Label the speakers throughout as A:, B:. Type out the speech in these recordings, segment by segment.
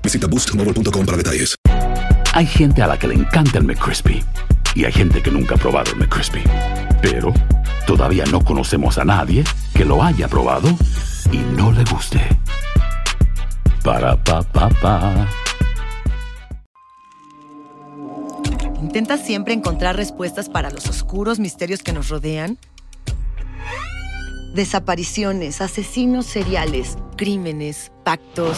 A: Visita boostmobile.com para detalles.
B: Hay gente a la que le encanta el McCrispy y hay gente que nunca ha probado el McCrispy. Pero todavía no conocemos a nadie que lo haya probado y no le guste. Para pa pa pa.
C: ¿Intentas siempre encontrar respuestas para los oscuros misterios que nos rodean? Desapariciones, asesinos seriales, crímenes, pactos.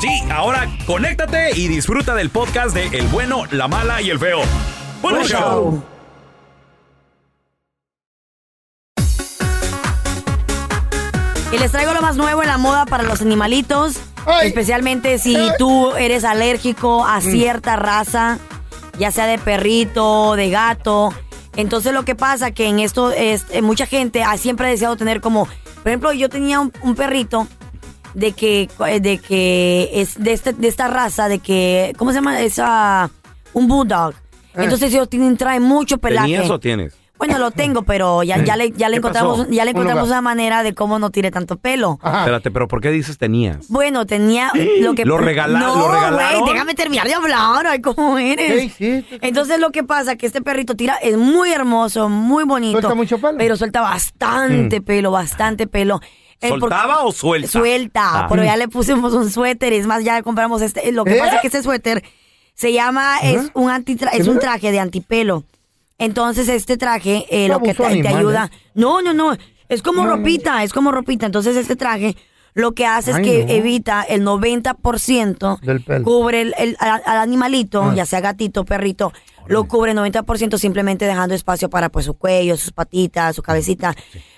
D: Sí, ahora conéctate y disfruta del podcast de El bueno, la mala y el feo. Buen
E: Buen
D: show.
F: Y les traigo lo más nuevo en la moda para los animalitos. Especialmente si tú eres alérgico a cierta raza, ya sea de perrito, de gato. Entonces lo que pasa que en esto es eh, mucha gente ha siempre ha deseado tener como, por ejemplo, yo tenía un, un perrito de que eh, de que es de este- de esta raza de que ¿cómo se llama? Esa un bulldog. Entonces ellos tienen traen mucho pelaje.
G: ¿Tenías o tienes?
F: Bueno, lo tengo, pero ya, ya le, ya le
G: ¿Qué
F: encontramos,
G: pasó?
F: ya le
G: Un
F: encontramos
G: lugar.
F: una manera de cómo no tiene tanto pelo.
G: Espérate, pero ¿por qué dices tenías?
F: Bueno, tenía lo que
G: Lo regala-
F: No,
G: lo regalaron.
F: güey, déjame terminar de hablar, ay, cómo
G: ¿Qué
F: eres. Entonces lo que pasa que este perrito tira es muy hermoso, muy bonito.
D: ¿Suelta
F: mucho pelo. Pero suelta bastante pelo, bastante pelo. Eh, por-
D: ¿Soltaba o suelta?
F: Suelta,
D: Ah.
F: pero ya le pusimos un suéter, es más, ya compramos este. Lo que
D: ¿Eh?
F: pasa es que este suéter se llama, es un antitra- es un traje de antipelo. Entonces este traje eh, lo que
H: Abuso
F: te, te
H: animal,
F: ayuda.
H: ¿eh?
F: No, no, no. Es como ropita, es como ropita. Entonces este traje lo que hace
H: Ay,
F: es que
H: no.
F: evita el 90%,
H: Del pelo.
F: cubre el, el- a- al animalito,
H: Ah.
F: ya sea gatito, perrito, lo cubre el 90% simplemente dejando espacio para pues su cuello, sus patitas, su cabecita.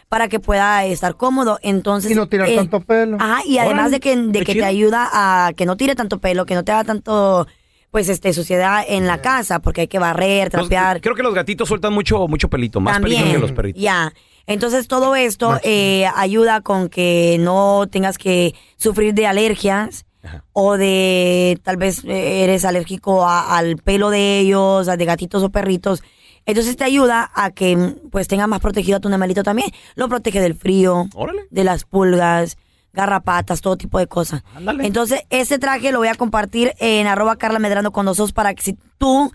F: Para que pueda estar cómodo, entonces... Y no tirar tanto pelo. Ajá, y además
H: Órale,
F: de que, de
H: qué
F: que te
H: chido.
F: ayuda a que no tire tanto pelo, que no te haga tanto, pues, este, suciedad en
H: Eh.
F: la casa, porque hay que barrer,
H: Pues,
G: Los-
F: trapear.
G: Pues, creo que los gatitos sueltan mucho, mucho pelito, más pelito que los perritos.
F: Ya. Entonces todo esto eh, ayuda con que no tengas que sufrir de alergias o de tal vez eh, eres alérgico a- al pelo de ellos, a de gatitos o perritos. Entonces te ayuda a que mm, pues tengas más protegido a tu animalito también. Lo protege del frío, de las pulgas, garrapatas, todo tipo de cosas. Entonces este traje lo voy a compartir en arroba Carla Medrano con nosotros para que si tú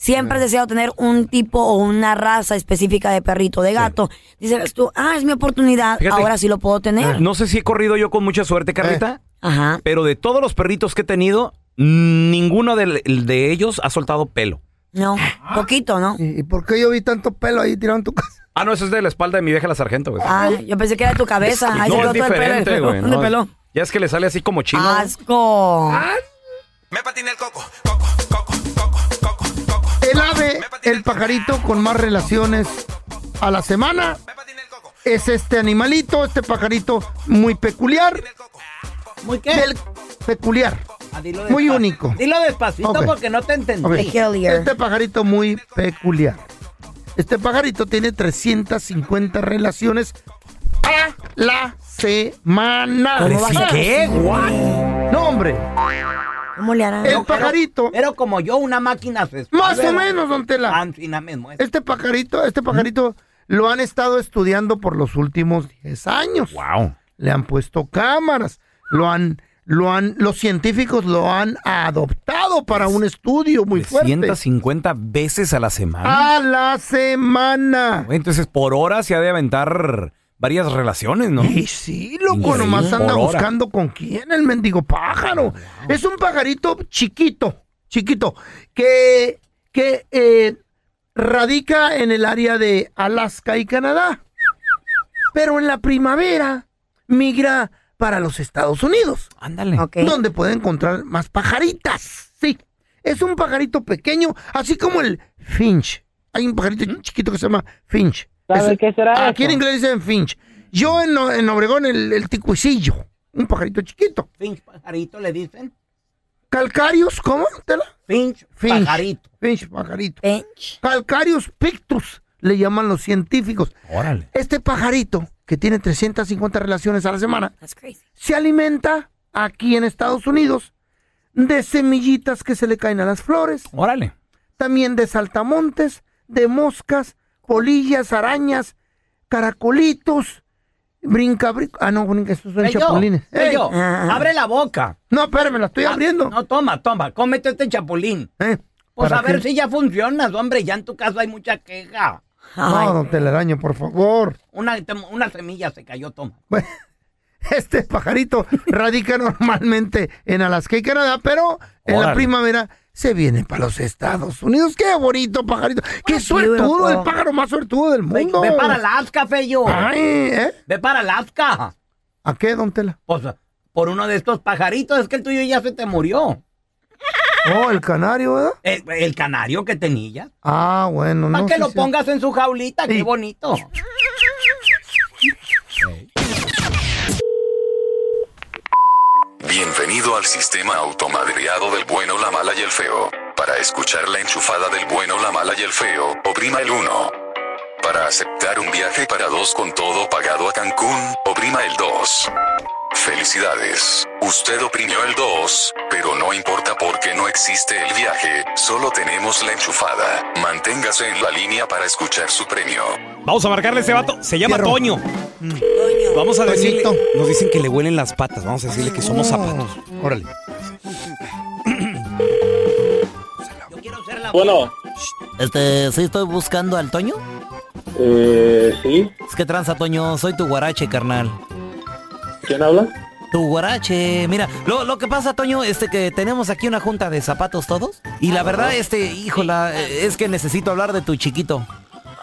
F: Siempre has deseado tener un tipo o una raza específica de perrito, de gato. Dices tú, ah, es mi oportunidad,
G: Fíjate.
F: ahora sí lo puedo tener.
G: No sé si he corrido yo con mucha suerte, Carlita,
E: Eh.
F: Ajá.
G: pero de todos los perritos que he tenido, ninguno de, de ellos ha soltado pelo.
F: No, poquito, ¿no?
E: Ah. ¿Y por qué yo vi tanto pelo ahí tirado en tu casa?
G: Ah, no, eso es de la espalda de mi vieja la sargento, güey.
F: Ah, yo pensé que era de tu cabeza.
E: Ah,
F: Ahí se
G: no,
F: quedó
G: es
F: todo el pelo. el
G: diferente,
F: pelo,
G: güey.
F: ¿dónde
G: no.
F: peló?
G: Ya es que le sale así como chino. güey.
F: ¡Asco!
E: El ave, el pajarito con más relaciones a la semana es este animalito, este pajarito muy peculiar.
H: ¿Muy qué?
E: Del peculiar.
H: Ah, dilo
E: Muy
H: despacio.
E: único.
H: Dilo despacito
E: Ok.
H: porque no te entendí.
E: Ok.
F: Peculiar.
E: Este pajarito muy peculiar. Este pajarito tiene 350 relaciones a la semana.
F: ¿Cómo va a ser?
G: ¿Qué?
E: No, hombre.
F: ¿Cómo le hará?
E: El pajarito.
H: Pero como yo, una máquina sexual.
E: Más o menos, don Tela.
H: Anfina me muestra.
E: Este pajarito, este pajarito lo han estado estudiando por los últimos 10 años.
G: Wow.
E: Le han puesto cámaras. Lo han, lo han, los científicos lo han adoptado para un estudio muy fuerte.
G: 150 veces a la semana.
E: A la semana.
G: Güey, Entonces, por hora se ha de aventar varias relaciones, ¿no?
E: Y sí, loco,
G: Sí,
E: nomás
G: por
E: anda
G: hora. Ah,
E: buscando con quién el mendigo pájaro. Es un pajarito chiquito, chiquito, que, que eh, radica en el área de Alaska y Canadá. Pero en la primavera migra para los Estados Unidos,
G: Ándale.
F: Ok.
E: donde puede encontrar más pajaritas. Sí, es un pajarito pequeño, así como el finch. Hay un pajarito chiquito que se llama finch.
I: ¿Sabe
E: Es-
I: qué será
E: Aquí en
I: eso?
E: inglés dicen Finch. Yo en, O- en Obregón, el, el ticuicillo, un pajarito chiquito.
H: Finch pajarito le dicen.
E: Calcarius, ¿cómo? Tela?
H: Finch,
E: Finch.
H: pajarito.
E: Finch, pajarito.
F: Bench.
E: Calcarius pictus, le llaman los científicos.
G: Órale.
E: Este pajarito, que tiene 350 relaciones a la semana,
F: That's crazy.
E: se alimenta aquí en Estados Unidos de semillitas que se le caen a las flores,
G: Órale.
E: también de saltamontes, de moscas, polillas, arañas, caracolitos, brinca, brinca. Ah, no, brinca, estos son
H: Soy yo,
E: chapulines.
H: soy
E: ¡Ey!
H: yo.
F: Ah.
H: Abre la boca. Ah,
E: No, espérame, la estoy abriendo.
H: No, toma, toma. Cómete este chapulín.
E: Eh,
H: Pues
E: ¿para
H: a ver
E: qué?
H: si ya funcionas, hombre. Ya en tu caso hay mucha queja.
E: No,
F: Ay,
E: don Telaraño, por favor.
H: Una, una semilla se cayó, toma.
E: Bueno, Este pajarito radica normalmente en Alaska y Canadá, pero en la
G: Órale.
E: primavera se viene para los Estados Unidos. ¡Qué bonito pajarito! ¡Qué suertudo! El pájaro más suertudo del
H: Ve,
E: mundo.
H: ve para Alaska, Fello.
E: Ay, ¿eh?
H: Ve para Alaska.
E: ¿A qué, don Tela?
H: Pues por uno de estos pajaritos, es que el tuyo ya se te murió.
E: Oh, el canario, ¿verdad?
H: El, el canario que tenías.
E: Ah, bueno,
H: Para
E: no.
H: que
E: sí,
H: lo
E: sí.
H: pongas en su jaulita,
E: Sí.
H: qué bonito.
J: Bienvenido al sistema automadreado del bueno, la mala y el feo. Para escuchar la enchufada del bueno, la mala y el feo, oprima el 1. Para aceptar un viaje para dos con todo pagado a Cancún, oprima el 2. Felicidades, usted oprimió el 2, pero no importa porque no existe el viaje, solo tenemos la enchufada. Manténgase en la línea para escuchar su premio.
D: Vamos a marcarle a ese vato. Se llama
E: Fierro.
D: Toño. Vamos a decirle.
E: Toñito.
D: Nos dicen que le huelen las patas. Vamos a decirle que somos zapatos.
E: Órale.
H: Yo quiero ser la
I: Bueno,
K: Este, sí estoy buscando al Toño.
I: eh, sí.
K: Es que tranza, Toño, soy tu guarache, carnal.
I: ¿Quién habla?
K: Tu guarache, mira, lo, lo que pasa, Toño, este que tenemos aquí una junta de zapatos todos. Y la verdad, este, híjola, eh, es que necesito hablar de tu chiquito.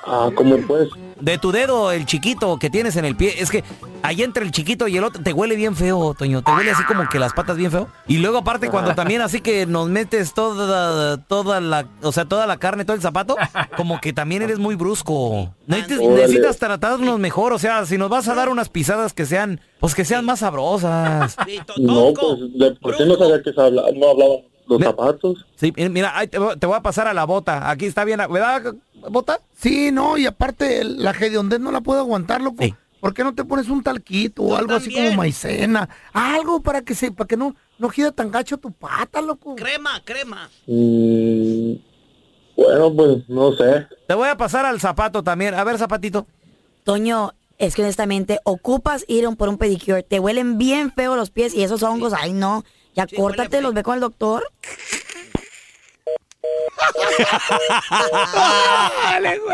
I: Ah, ¿cómo pues?
K: De tu dedo, el chiquito que tienes en el pie. Es que ahí entre el chiquito y el otro te huele bien feo, Toño. Te huele así como que las patas bien feo. Y luego aparte cuando también así que nos metes toda, toda la, o sea, toda la carne, todo el zapato, como que también eres muy brusco. Necesitas,
I: Ah, Órale. Ah.
K: necesitas tratarnos mejor, o sea, si nos vas a dar unas pisadas que sean, pues que sean más sabrosas.
I: No, pues, ¿de ¿por qué no sabía que se habla- no hablaban los
K: Me-
I: zapatos?
K: Sí, Eh, mira, ahí te, voy- te voy a pasar a la bota. Aquí está bien, ¿verdad, bota?
E: Sí, no, y aparte el- la hediondez no la puedo aguantar, loco.
K: Sí.
E: ¿Por qué no te pones un talquito o
H: Yo
E: algo así
H: también.
E: como maicena? Algo para que se, para que no, no gira tan gacho tu pata, loco.
H: crema, crema.
I: Mm, bueno, pues, no sé.
K: Te voy a pasar al zapato también. A ver, zapatito.
F: Toño, es que honestamente ocupas ir por un pedicure. Te huelen bien feo los pies y esos hongos, ay no. Ya
H: Sí, huele
F: córtate, los ve con el doctor.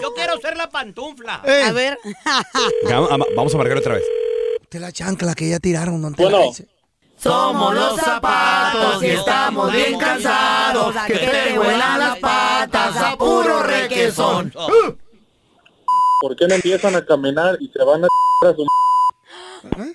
H: Yo quiero ser la pantufla.
E: Eh,
C: ver.
D: Vamos a marcar otra vez.
E: te la chancla que ya tiraron, don
I: Bueno.
E: Tela, dice.
F: Somos
E: los zapatos y estamos bien cansados, que te huelan las patas a puro requesón.
I: ¿Por qué no empiezan a caminar y se van a a su...
E: ¿Eh?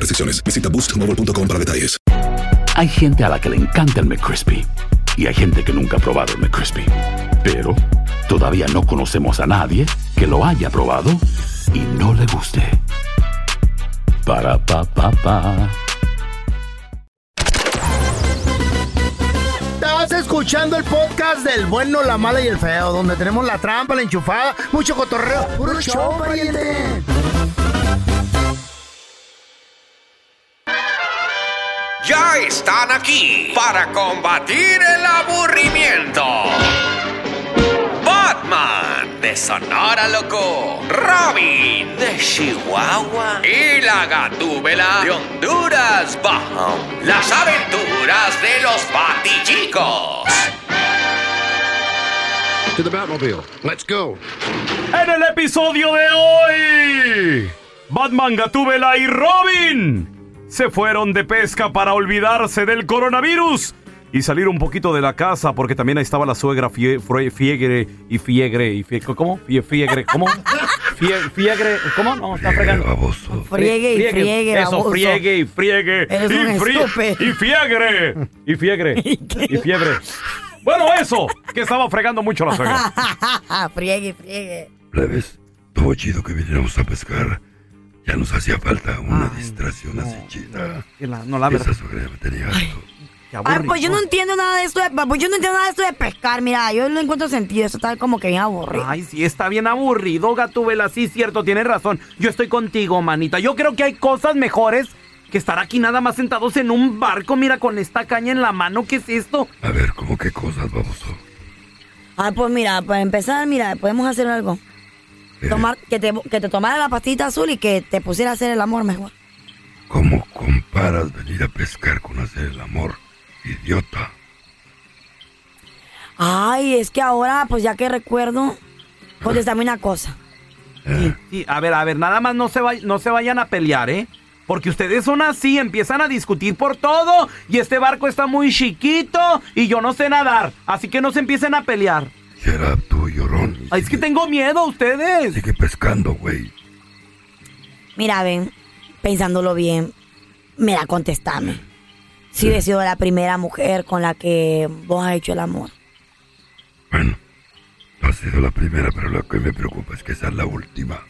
A: restricciones. Visita boostmobile.com para detalles.
B: Hay gente a la que le encanta el McCrispy y hay gente que nunca ha probado el McCrispy. Pero todavía no conocemos a nadie que lo haya probado y no le guste. Para pa pa pa.
E: Estás escuchando el podcast del bueno, la mala y el feo, donde tenemos la trampa, la enchufada, mucho cotorreo. ¡Puro show, pariente!
L: Ya están aquí para combatir el aburrimiento. Batman de Sonora Loco, Robin de Chihuahua y la Gatúbela de Honduras Bajo. Las aventuras de los patichicos.
M: To the Batmobile. Let's go.
N: En el episodio de hoy, Batman, Gatúbela y Robin se fueron de pesca para olvidarse del coronavirus y salir un poquito de la casa porque también ahí estaba la suegra fie- fre- fiegre y fiegre y fie- ¿Cómo? Fie- fiegre, ¿cómo? Fie- fiegre, ¿cómo? No, está fregando.
F: Friegue y friegue,
N: Eso,
F: baboso.
N: friegue y friegue.
F: Eres
N: y
F: un
N: frie-
F: estúpido.
N: Y fiegre. Y fiegre. y fiebre. Bueno, eso, que estaba fregando mucho la suegra.
F: friegue, friegue.
M: Plebes, estuvo chido que viniéramos a pescar. Ya nos hacía falta una distracción así chida.
N: no, la
M: Esa suegra ya me tenía harto.
F: Ay, pues yo no entiendo nada de esto de, pues yo no entiendo nada de esto de pescar, mira, yo no encuentro sentido, esto está como que bien aburrido.
G: Ay, sí, está bien aburrido, Gatubela. Sí, cierto, tienes razón. Yo estoy contigo, manita. Yo creo que hay cosas mejores que estar aquí nada más sentados en un barco, mira, con esta caña en la mano. ¿Qué es esto?
M: A ver, ¿cómo qué cosas vamos?
F: Ay, pues mira, para empezar, mira, podemos hacer algo. Tomar, que te, que te tomara la pastita azul y que te pusiera a hacer el amor mejor.
M: ¿Cómo comparas venir a pescar con hacer el amor? Idiota.
F: Ay, es que ahora, pues ya que recuerdo, contéstame una cosa.
G: Sí, a ver, a ver, nada más no se, va- no se vayan a pelear, ¿eh? Porque ustedes son así, empiezan a discutir por todo y este barco está muy chiquito y yo no sé nadar, así que no se empiecen a pelear. Ay, es que tengo miedo a ustedes.
M: Sigue pescando, güey.
F: Mira, ven, pensándolo bien, mira, contéstame. Si hubiera sido la primera mujer con la que vos has hecho el amor.
M: No ha sido la primera, pero lo que me preocupa es que esa es la última.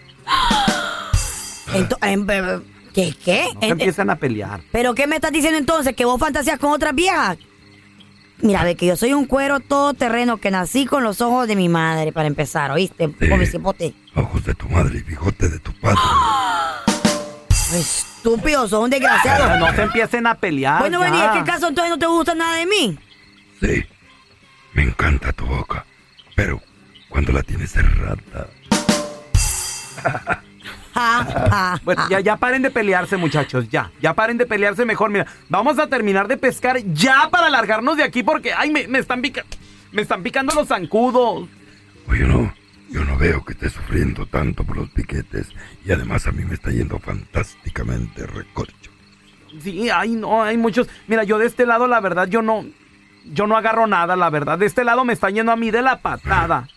F: Ento- em, em, ¿Qué? ¿Qué?
G: No se
F: Em, em,
G: empiezan a pelear.
F: ¿Pero qué me estás diciendo entonces? ¿Que vos fantaseas con otras viejas? Mira, ve que yo soy un cuero todoterreno que nací con los ojos de mi madre, para empezar, ¿oíste? Pobre cipote.
M: Ojos de tu madre y bigote de tu padre.
F: Estúpido, son un desgraciado.
G: No se empiecen a pelear.
F: bueno, bueno, ¿y
G: ya.
F: en qué caso entonces no te gusta nada de mí?
M: Sí, me encanta tu boca, pero cuando la tienes cerrada.
G: Bueno, ya, ya paren de pelearse, muchachos, ya. Ya paren de pelearse mejor. Mira, vamos a terminar de pescar ya para largarnos de aquí porque, ay, me, me están picando. Me están picando los zancudos.
M: Pues Yo no veo que estés sufriendo tanto por los piquetes y además a mí me está yendo fantásticamente recorcho.
G: Sí, ay, no, hay muchos. Mira, yo de este lado, la verdad, yo no. Yo no agarro nada, la verdad. De este lado me está yendo a mí de la patada.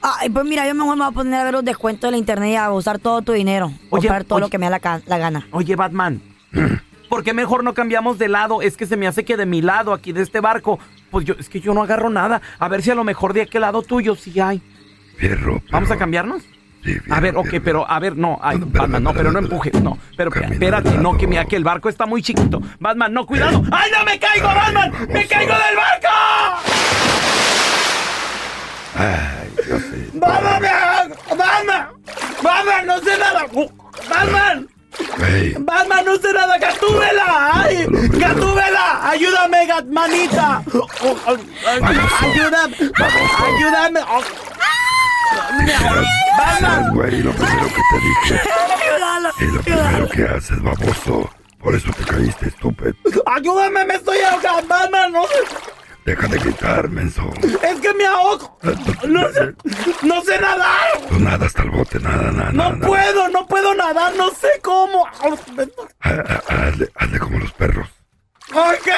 F: Ay, pues mira, yo mejor me voy a poner a ver los descuentos de la internet y a usar todo tu dinero. comprar todo lo que me da la, ca- la gana.
O: Oye, Batman, ¿por qué mejor no cambiamos de lado? Es que se me hace que de mi lado, aquí de este barco, pues yo, es que yo no agarro nada. A ver si a lo mejor de aquel lado tuyo sí hay.
M: Fierro.
O: ¿Vamos a cambiarnos? a ver, ok, pero a ver, no, ay, Batman, no, pero no empujes, no, pero espérate, no, que mira que el barco está muy chiquito. Batman, no, cuidado. ¡Ay, no me caigo, Batman! ¡Me caigo del barco!
M: Ay, yo sé.
H: ¡Batman! ¡Batman! ¡Batman, no sé nada! Uh, ¡Batman!
M: Ey,
H: ¡Batman, no sé nada! ¡Gatúbela! ¡Ay! ¡Gatúbela! ¡Ayúdame, Gatmanita! Oh, oh, oh, ¡Ayúdame! ¡Ayúdame! Oh. ¡Batman!
M: güey, lo primero que te dije es lo primero que haces, baboso. Por eso te caíste, estúpido.
H: ¡Ayúdame! ¡Me estoy ahogando! ¡Batman, no sé!
M: Deja de gritar, menso.
H: ¡Es que me ahogo! ¡No sé! ¡No sé nadar!
M: Tú nada hasta el bote, nada, nada.
H: ¡No
M: nada.
H: puedo! ¡No puedo nadar! ¡No sé cómo! ¡Ay,
M: Ah, ah, ah, hazle, hazle como los perros.
H: qué!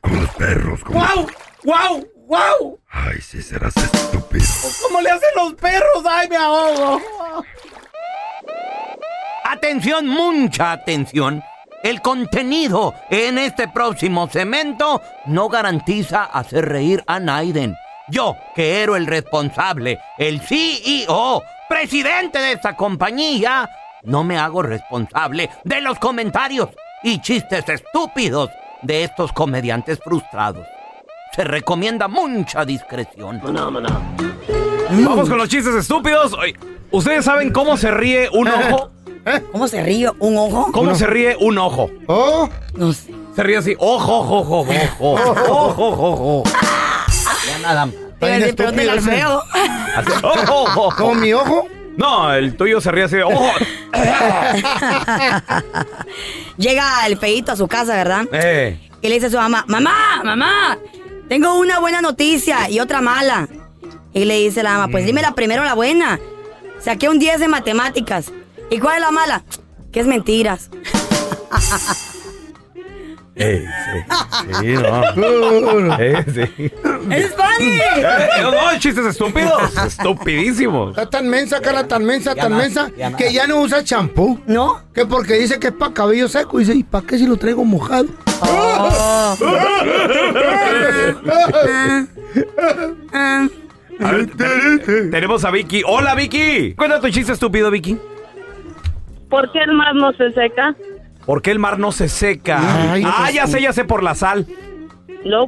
M: Como los perros, como...
H: ¡Guau! ¡Guau! ¡Guau!
M: Ay, sí, serás estúpido.
H: ¿Cómo le hacen los perros? ¡Ay, me ahogo!
O: Atención, mucha atención. El contenido en este próximo cemento no garantiza hacer reír a Naiden. Yo, que era el responsable, el CEO, presidente de esta compañía, no me hago responsable de los comentarios y chistes estúpidos de estos comediantes frustrados. Se recomienda mucha discreción.
G: Vamos con los chistes estúpidos. Oye, ¿Ustedes saben cómo se ríe un ojo?
F: ¿Cómo se ríe un ojo?
G: ¿Cómo se ríe un ojo?
E: ¿Oh?
F: No sé.
G: Se ríe así. Ojo, ojo, ojo, ojo. Ojo, ojo, ojo.
O: Ya nada más.
E: Bien
F: Pero ¿dónde
E: estúpido
F: las
E: ese.
F: veo?
G: Así, ojo, ojo, ojo.
E: ¿Con mi ojo?
G: No, el tuyo se ríe así. Ojo.
F: Llega el feito a su casa, ¿verdad?
G: Eh.
F: Y le dice a su mamá, mamá, mamá, tengo una buena noticia y otra mala. Y le dice la mamá, pues dímela primero la buena. Saqué un 10 de matemáticas. ¿Y cuál es la mala? Que es mentiras.
G: Ey, eh, sí, sí, no. Eh, sí.
F: ¡Es funny!
E: Mm.
G: Eh, no, no, chistes estúpidos. Estupidísimos.
E: Está tan mensa, cara, tan mensa,
O: Ya
E: tan
O: nada,
E: mensa,
O: ya nada.
E: que ya no usa champú.
F: ¿No?
E: Que porque dice que es para cabello seco. Y dice, ¿y para qué si lo traigo mojado?
F: Ah,
G: A ver, te- te- tenemos a Vicky. Hola, Vicky. Cuenta tu chiste estúpido, Vicky.
P: ¿Por qué el mar no se seca?
G: ¿Por qué el mar no se seca?
E: Ay,
G: ah,
E: qué
G: ya sé, ya sé, por la sal.
P: No,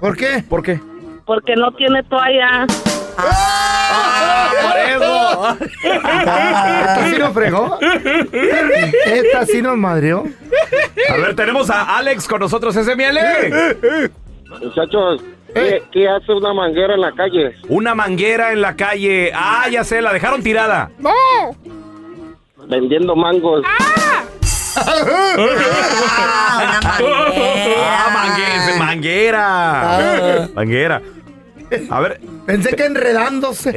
E: ¿Por qué?
G: ¿Por qué?
P: porque no tiene toalla.
G: Ah, Por eso.
E: ¿Esta sí nos fregó? ¿Esta sí nos madrió?
G: A ver, tenemos a Alex con nosotros. Ese es mi
E: Eh,
G: Alex.
Q: Muchachos, ¿qué, qué hace una manguera en la calle?
G: Una manguera en la calle. Ah, ya sé, la dejaron tirada. Ah,
Q: Vendiendo mangos.
F: una
G: Ah,
F: manguera.
G: mangue-
E: Ah.
G: manguera. Manguera. A ver,
E: Pensé que enredándose.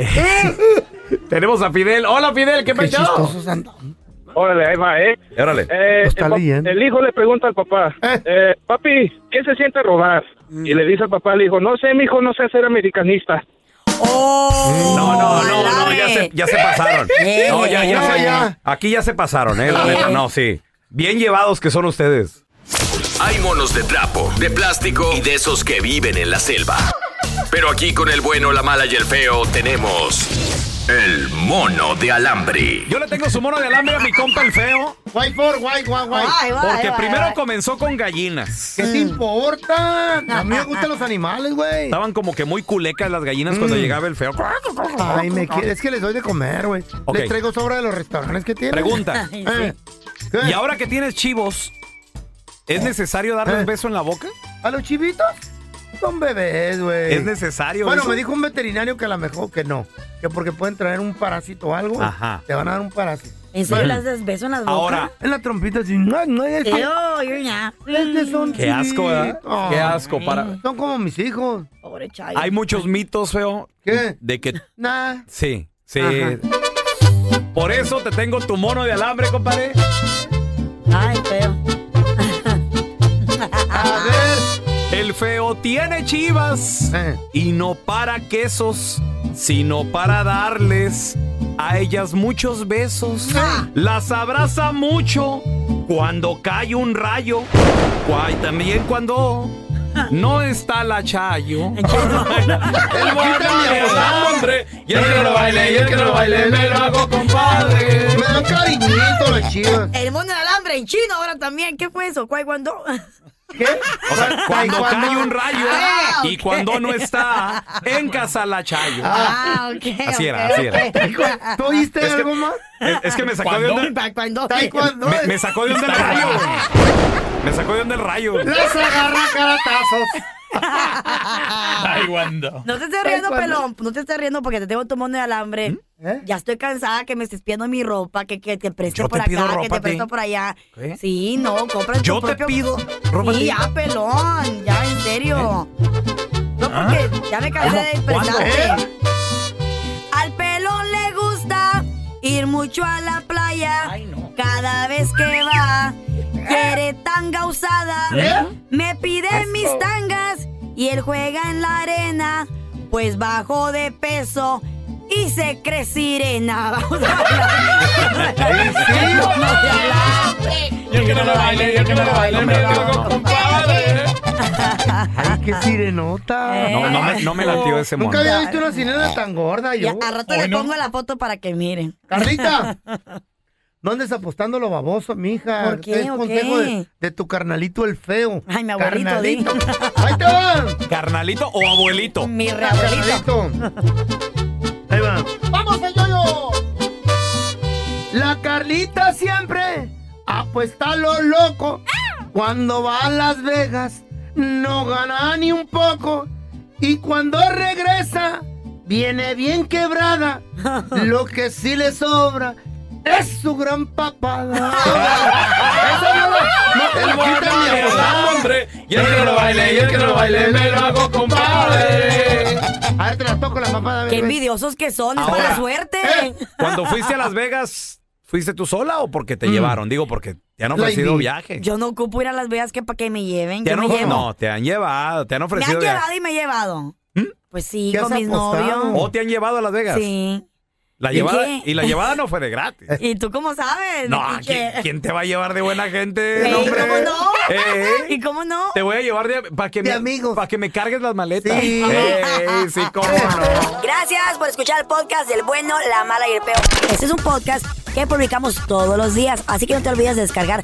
G: tenemos a Fidel. Hola, Fidel, ¿qué
E: Eh, Qué
G: pecho?
E: chistosos andan.
Q: Órale, ahí va, ¿eh?
G: Órale.
Q: Eh,
E: Lo está
Q: el, pa-
E: leyendo.
Q: el hijo le pregunta al papá,
E: Eh.
Q: eh, papi, ¿qué se siente robar? Y le dice al papá, le dijo, no sé, mijo, no sé ser americanista.
F: Oh,
G: No, no, no, no,
F: alabe.
G: ya se, ya se pasaron.
F: Eh,
G: No, ya, ya,
E: no,
G: se-
E: ya.
G: Aquí ya se pasaron, eh, la
F: Eh.
G: neta, no, sí. Bien llevados que son ustedes.
B: Hay monos de trapo, de plástico y de esos que viven en la selva. Pero aquí con el bueno, la mala y el feo tenemos el mono de alambre.
G: Yo le tengo su mono de alambre a mi compa el feo,
E: Guay por guay, guay, guay.
F: Guay, guay,
G: porque
F: guay,
G: primero
F: guay.
G: comenzó con gallinas.
E: ¿Qué te importa? A mí me gustan los animales, güey.
G: Estaban como que muy culecas las gallinas
E: Mm.
G: cuando llegaba el feo.
E: Ay, me quiere, es que les doy de comer, güey.
G: Ok.
E: Les traigo sobra de los restaurantes que tienen.
G: Pregunta,
F: Ay, sí.
E: Eh, ¿qué?
G: ¿y ahora que tienes chivos, es necesario darles
E: Eh.
G: beso en la boca?
E: ¿A los chivitos? Son bebés, güey.
G: ¿Es necesario
E: Bueno,
G: eso?
E: me dijo un veterinario que a lo mejor que no. Que porque pueden traer un parásito o algo.
G: Ajá.
E: Te van a dar un parásito.
F: ¿En serio las das beso en las bocas?
G: Ahora,
E: En la trompita, así. No, no, es que-
F: Ew, you're not-
E: es que son
G: Qué asco, ¿verdad?
E: chivitos.
G: Qué asco para.
E: Son como mis hijos.
F: Pobre chayo.
G: Hay muchos mitos, feo,
E: ¿Qué?
G: de que
E: Nah.
G: sí, sí.
E: Ajá.
G: Por eso te tengo tu mono de alambre, compadre.
F: Ay, feo.
E: A ver.
G: El feo tiene chivas
E: Eh.
G: y no para quesos sino para darles a ellas muchos besos. Las abraza mucho cuando cae un rayo. Guay, también cuando no está la chayo. el bueno y el hambre. Y el que lo baile, y el que lo baile, me lo hago compadre.
E: Me dan cariñito las chivas.
F: El mundo del hambre en China ahora también. ¿Qué fue eso? ¿Cuál cuando?
G: O sea, cuando
F: cuando-
G: cae un rayo
F: Ah,
G: y
F: ok.
G: cuando no está en casa la chayo.
F: Ah, ok.
G: Así era,
F: ok,
G: así era.
F: ok.
E: ¿Tú oíste
G: Es que-
E: algo más?
G: Es, es que me sacó de onda.
E: Taekwondo.
G: Me, me sacó de onda el rayo. güey. Me sacó de onda el rayo.
E: Las agarra caratazos.
G: Ay, Wanda.
F: No te estés riendo,
E: cuando-
F: pelón. No te estés riendo porque te tengo tomando de alambre.
E: ¿Eh?
F: Ya estoy cansada que me estés pidiendo mi ropa, que, que te presto
K: Yo
F: por
K: te
F: acá,
K: pido
F: que
K: ropa a
F: te
K: ti.
F: presto por allá.
K: ¿Qué?
F: Sí, no, compra
K: Yo
F: tu
K: te
F: propio-
K: pido ropa a
F: Sí,
K: ti.
F: ya, pelón. Ya, en serio.
H: ¿Eh?
F: No,
H: ¿Ah?
F: porque ya me cansé de prestarte.
H: ¿Eh?
F: Al pelón le gusta ir mucho a la playa. Cada vez que va, quiere tanga usada.
H: ¿Eh?
F: Me pide
H: Eso.
F: mis tangas y él juega en la arena. Pues bajo de peso y se cree sirena. Vamos a bailar. Vamos a bailar.
H: Y el que no lo baile, y el que no lo baile, me lo hago compadre.
E: Ay, qué sirenota.
F: Eh.
G: No, no me, no me latió ese mono.
E: Nunca había visto una sirena tan gorda
H: oh,
E: yo.
F: Ya, al rato le pongo la foto para que miren.
H: Ah,
E: Carlita. No andes apostando lo baboso, mija.
F: ¿Por qué,
E: Es
F: o
E: consejo
F: qué?
E: de, de tu carnalito el feo. Ay, mi
F: abuelito,
E: Carnalito. Ahí te va.
G: ¿Carnalito o abuelito?
F: Mi
E: Carnalito. Ahí va. ¡Vamos, yo La Carlita siempre apuesta a lo loco. Cuando va a Las Vegas, no gana ni un poco. Y cuando regresa, viene bien quebrada. Lo que sí le sobra es su gran papada. Esa no la- no te la quita ni a volar.
H: Y el que no lo baile, y el que no lo baile, me lo hago compadre.
E: A ver, ¿eh? te la toco la papada.
F: Qué envidiosos que son, es
G: Ahora.
F: mala suerte.
G: Cuando fuiste a Las Vegas, ¿fuiste tú sola o porque te llevaron? Digo, porque te han ofrecido viaje.
F: Yo no ocupo ir a Las Vegas que para que me lleven.
G: Te
F: Yo
G: han
F: me
G: ofre-
F: llevo.
G: No, te han llevado, te han
F: Me han
G: ofrecido viaje.
F: llevado y me he llevado. Pues sí,
G: ¿Qué
F: con
G: has
F: mis
G: apostado?
F: novios.
G: ¿O te han llevado a Las Vegas?
F: Sí.
G: La
F: ¿Y
G: llevada,
F: qué?
G: y la llevada no fue de gratis.
F: ¿Y tú cómo sabes?
G: No,
F: ¿Y
G: ¿quién,
F: qué?
G: quién te va a llevar de buena gente,
F: Ey,
G: hombre?
F: ¿cómo no?
G: Ey,
F: ¿Y cómo no?
G: Te voy a llevar de, para que, me, para que me cargues las maletas.
F: Sí.
G: Ey, sí, cómo no.
F: Gracias por escuchar el podcast del bueno, la mala y el peor. Este es un podcast que publicamos todos los días, así que no te olvides de descargar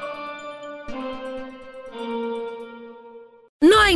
R: No hay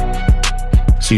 B: Si